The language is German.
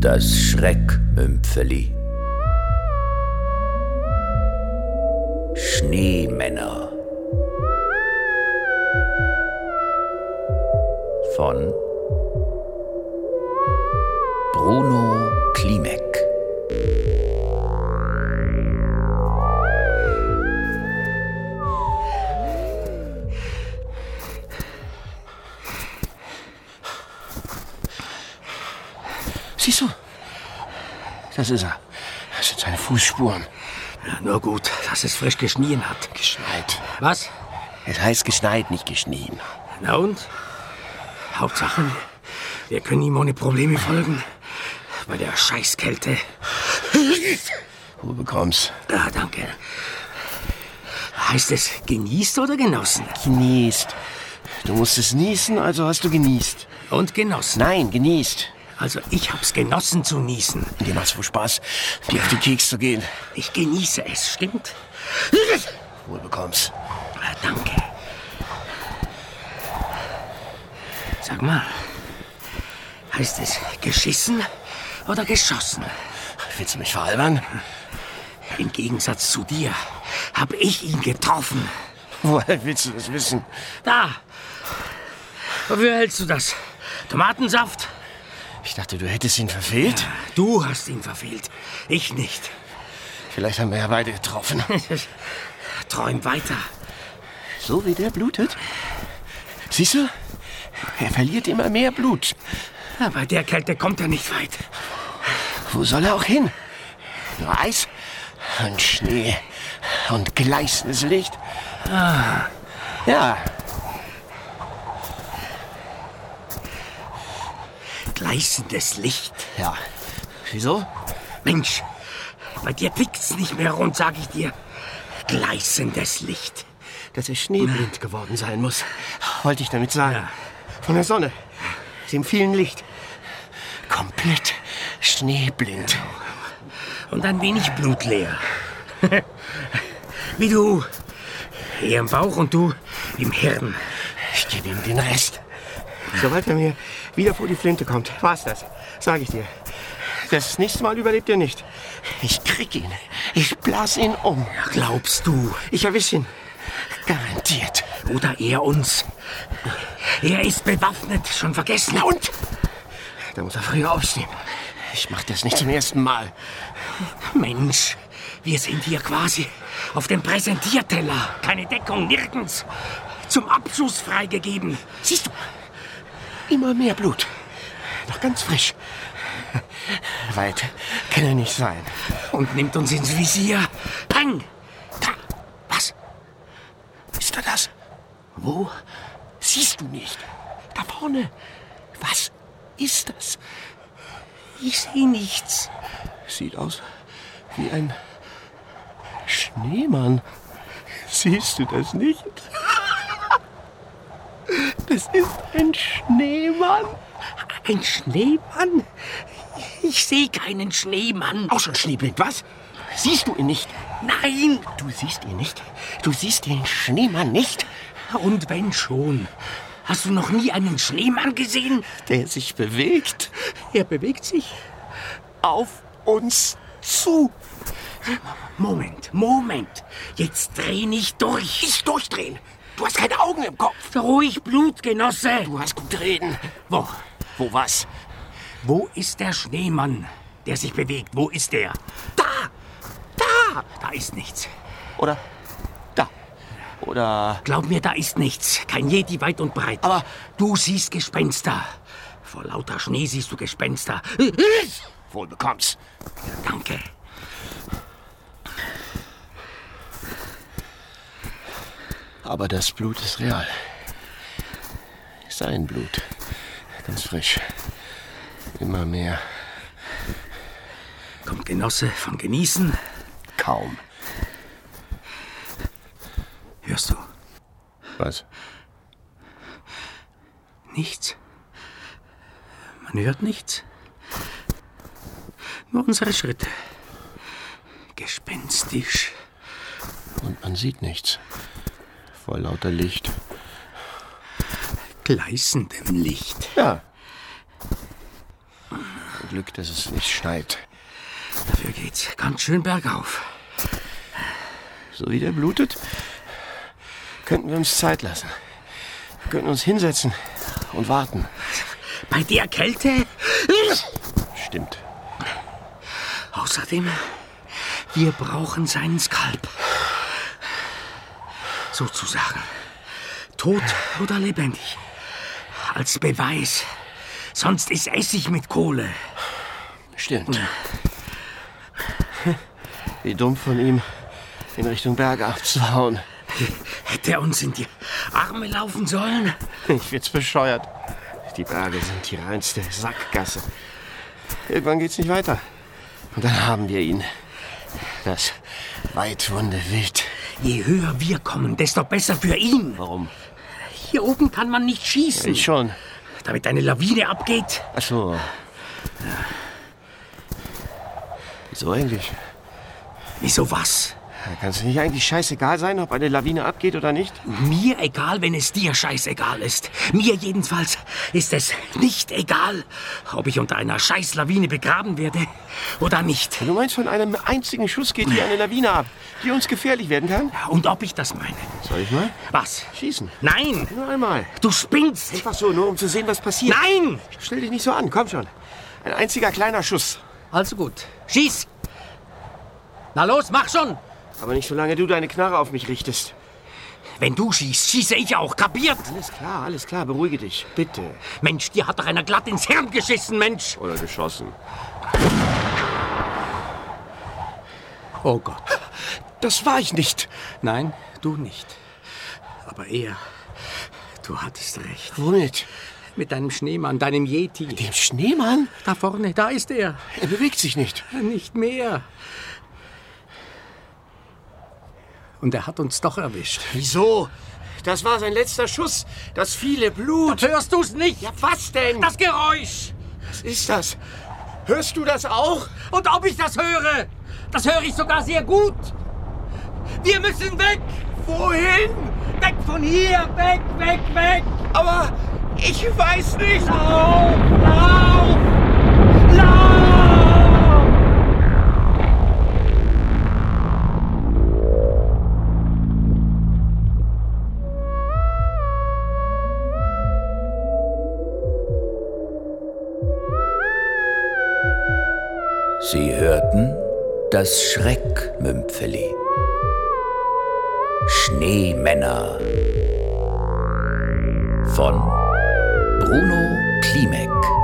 das Schreckmümpfeli. Schneemänner von Bruno Klimek. Siehst du? Das ist er. Das sind seine Fußspuren. Na, nur gut, dass es frisch geschnien hat. Geschneit. Was? Es heißt geschneit, nicht geschnien. Na und? Hauptsache, wir können ihm ohne Probleme folgen. Bei der Scheißkälte. Ruhe bekommst. Ah, danke. Heißt es genießt oder genossen? Genießt. Du musstest niesen, also hast du genießt. Und genossen. Nein, genießt. Also ich hab's genossen zu niesen. Dir macht's wohl Spaß, dir auf die Keks zu gehen. Ich genieße es, stimmt? Ruhe bekommst. Ah, danke. Sag mal, heißt es geschissen oder geschossen? Willst du mich veralbern? Im Gegensatz zu dir hab ich ihn getroffen. Woher willst du das wissen? Da! Wofür hältst du das? Tomatensaft? Ich dachte, du hättest ihn verfehlt. Du hast ihn verfehlt, ich nicht. Vielleicht haben wir ja beide getroffen. Träum weiter. So wie der blutet. Siehst du? Er verliert immer mehr Blut. Ja, bei der Kälte kommt er nicht weit. Wo soll er auch hin? Nur Eis und Schnee und gleißendes Licht. Ja, Gleißendes Licht. ja. Wieso? Mensch, bei dir blickt's nicht mehr rund, sag ich dir. Gleißendes Licht. Dass er schneeblind geworden sein muss, wollte ich damit sagen. Von der Sonne, dem vielen Licht. Komplett schneeblind. Und ein wenig blutleer. Wie du. Er im Bauch und du im Hirn. Ich gebe ihm den Rest. Sobald er mir wieder vor die Flinte kommt, war's das. Sag ich dir. Das nächste Mal überlebt er nicht. Ich krieg ihn. Ich blas ihn um. Glaubst du? Ich erwisch ihn. Garantiert. Oder er uns? Er ist bewaffnet, schon vergessen. Na und? Da muss er früher aufstehen. Ich mach das nicht zum ersten Mal. Mensch, wir sind hier quasi auf dem Präsentierteller. Keine Deckung, nirgends. Zum Abschuss freigegeben. Siehst du? Immer mehr Blut. Noch ganz frisch. Weit kann er nicht sein. Und nimmt uns ins Visier. Peng! Da! Was? Ist er das? Wo? Siehst du nicht? Da vorne. Was ist das? Ich sehe nichts. Sieht aus wie ein Schneemann. Siehst du das nicht? Das ist ein Schneemann. Ein Schneemann? Ich sehe keinen Schneemann. Auch schon schneeblind, was? Siehst du ihn nicht? Nein! Du siehst ihn nicht? Du siehst den Schneemann nicht? Und wenn schon. Hast du noch nie einen Schneemann gesehen? Der sich bewegt Er bewegt sich. auf uns zu. Moment, Moment. Jetzt dreh nicht durch. Ich durchdrehen. Du hast keine Augen im Kopf. Ruhig, Blutgenosse. Du hast gut reden. Wo? Wo was? Wo ist der Schneemann, der sich bewegt? Wo ist der? Da! Da! Da ist nichts. Oder da. Oder. Glaub mir, da ist nichts. Kein Jedi weit und breit. Aber- du siehst Gespenster. Vor lauter Schnee siehst du Gespenster. Wohl bekommst. Danke. Aber das Blut ist real. Sein Blut. Ganz frisch. Immer mehr. Kommt Genosse von Genießen. Kaum. Hörst du? Was? Nichts. Man hört nichts. Nur unsere Schritte. Gespenstisch. Und man sieht nichts. Vor lauter Licht. Gleißendem Licht. Ja. Glück, dass es nicht schneit. Dafür geht's ganz schön bergauf. So wie der blutet, könnten wir uns Zeit lassen. Wir könnten uns hinsetzen und warten. Bei der Kälte? Stimmt. Außerdem, wir brauchen seinen Skalp. Sozusagen. Tot oder lebendig. Als Beweis. Sonst ist Essig mit Kohle. Stimmt. Wie dumm von ihm, in Richtung Berg abzuhauen. Hätte er uns in die Arme laufen sollen? Ich find's bescheuert. Die Berge sind die reinste Sackgasse. Irgendwann geht's nicht weiter. Und dann haben wir ihn. Das weitwunde Wild. Je höher wir kommen, desto besser für ihn. Warum? Hier oben kann man nicht schießen. Ich schon. Damit eine Lawine abgeht. Ach so. Wieso eigentlich? Wieso was? Kann es nicht eigentlich scheißegal sein, ob eine Lawine abgeht oder nicht? Mir egal, wenn es dir scheißegal ist. Mir jedenfalls ist es nicht egal, ob ich unter einer Scheißlawine begraben werde oder nicht. Du meinst, von einem einzigen Schuss geht hier eine Lawine ab, die uns gefährlich werden kann? Und ob ich das meine. Soll ich mal? Was? Schießen. Nein! Nur einmal. Du spinnst! Einfach so, nur um zu sehen, was passiert. Nein! Stell dich nicht so an, komm schon. Ein einziger kleiner Schuss. Also gut. Schieß! Na los, mach schon! Aber nicht solange du deine Knarre auf mich richtest. Wenn du schießt, schieße ich auch. Kapiert? Alles klar, alles klar, beruhige dich. Bitte. Mensch, dir hat doch einer glatt ins Hirn geschissen, Mensch! Oder geschossen. Oh Gott. Das war ich nicht. Nein, du nicht. Aber er, du hattest recht. Womit? Mit deinem Schneemann, deinem Yeti. Dem Schneemann? Da vorne, da ist er. Er bewegt sich nicht. Nicht mehr. Und er hat uns doch erwischt. Wieso? Das war sein letzter Schuss. Das viele Blut. Hörst du's nicht? Ja, was denn? Das Geräusch! Was ist das? Hörst du das auch? Und ob ich das höre, das höre ich sogar sehr gut. Wir müssen weg! Wohin? Weg von hier! Weg, weg, weg! Aber ich weiß nicht. Lauf! Lauf! Lauf! Sie hörten das Schreckmümpfeli. Schneemänner von Bruno Klimek.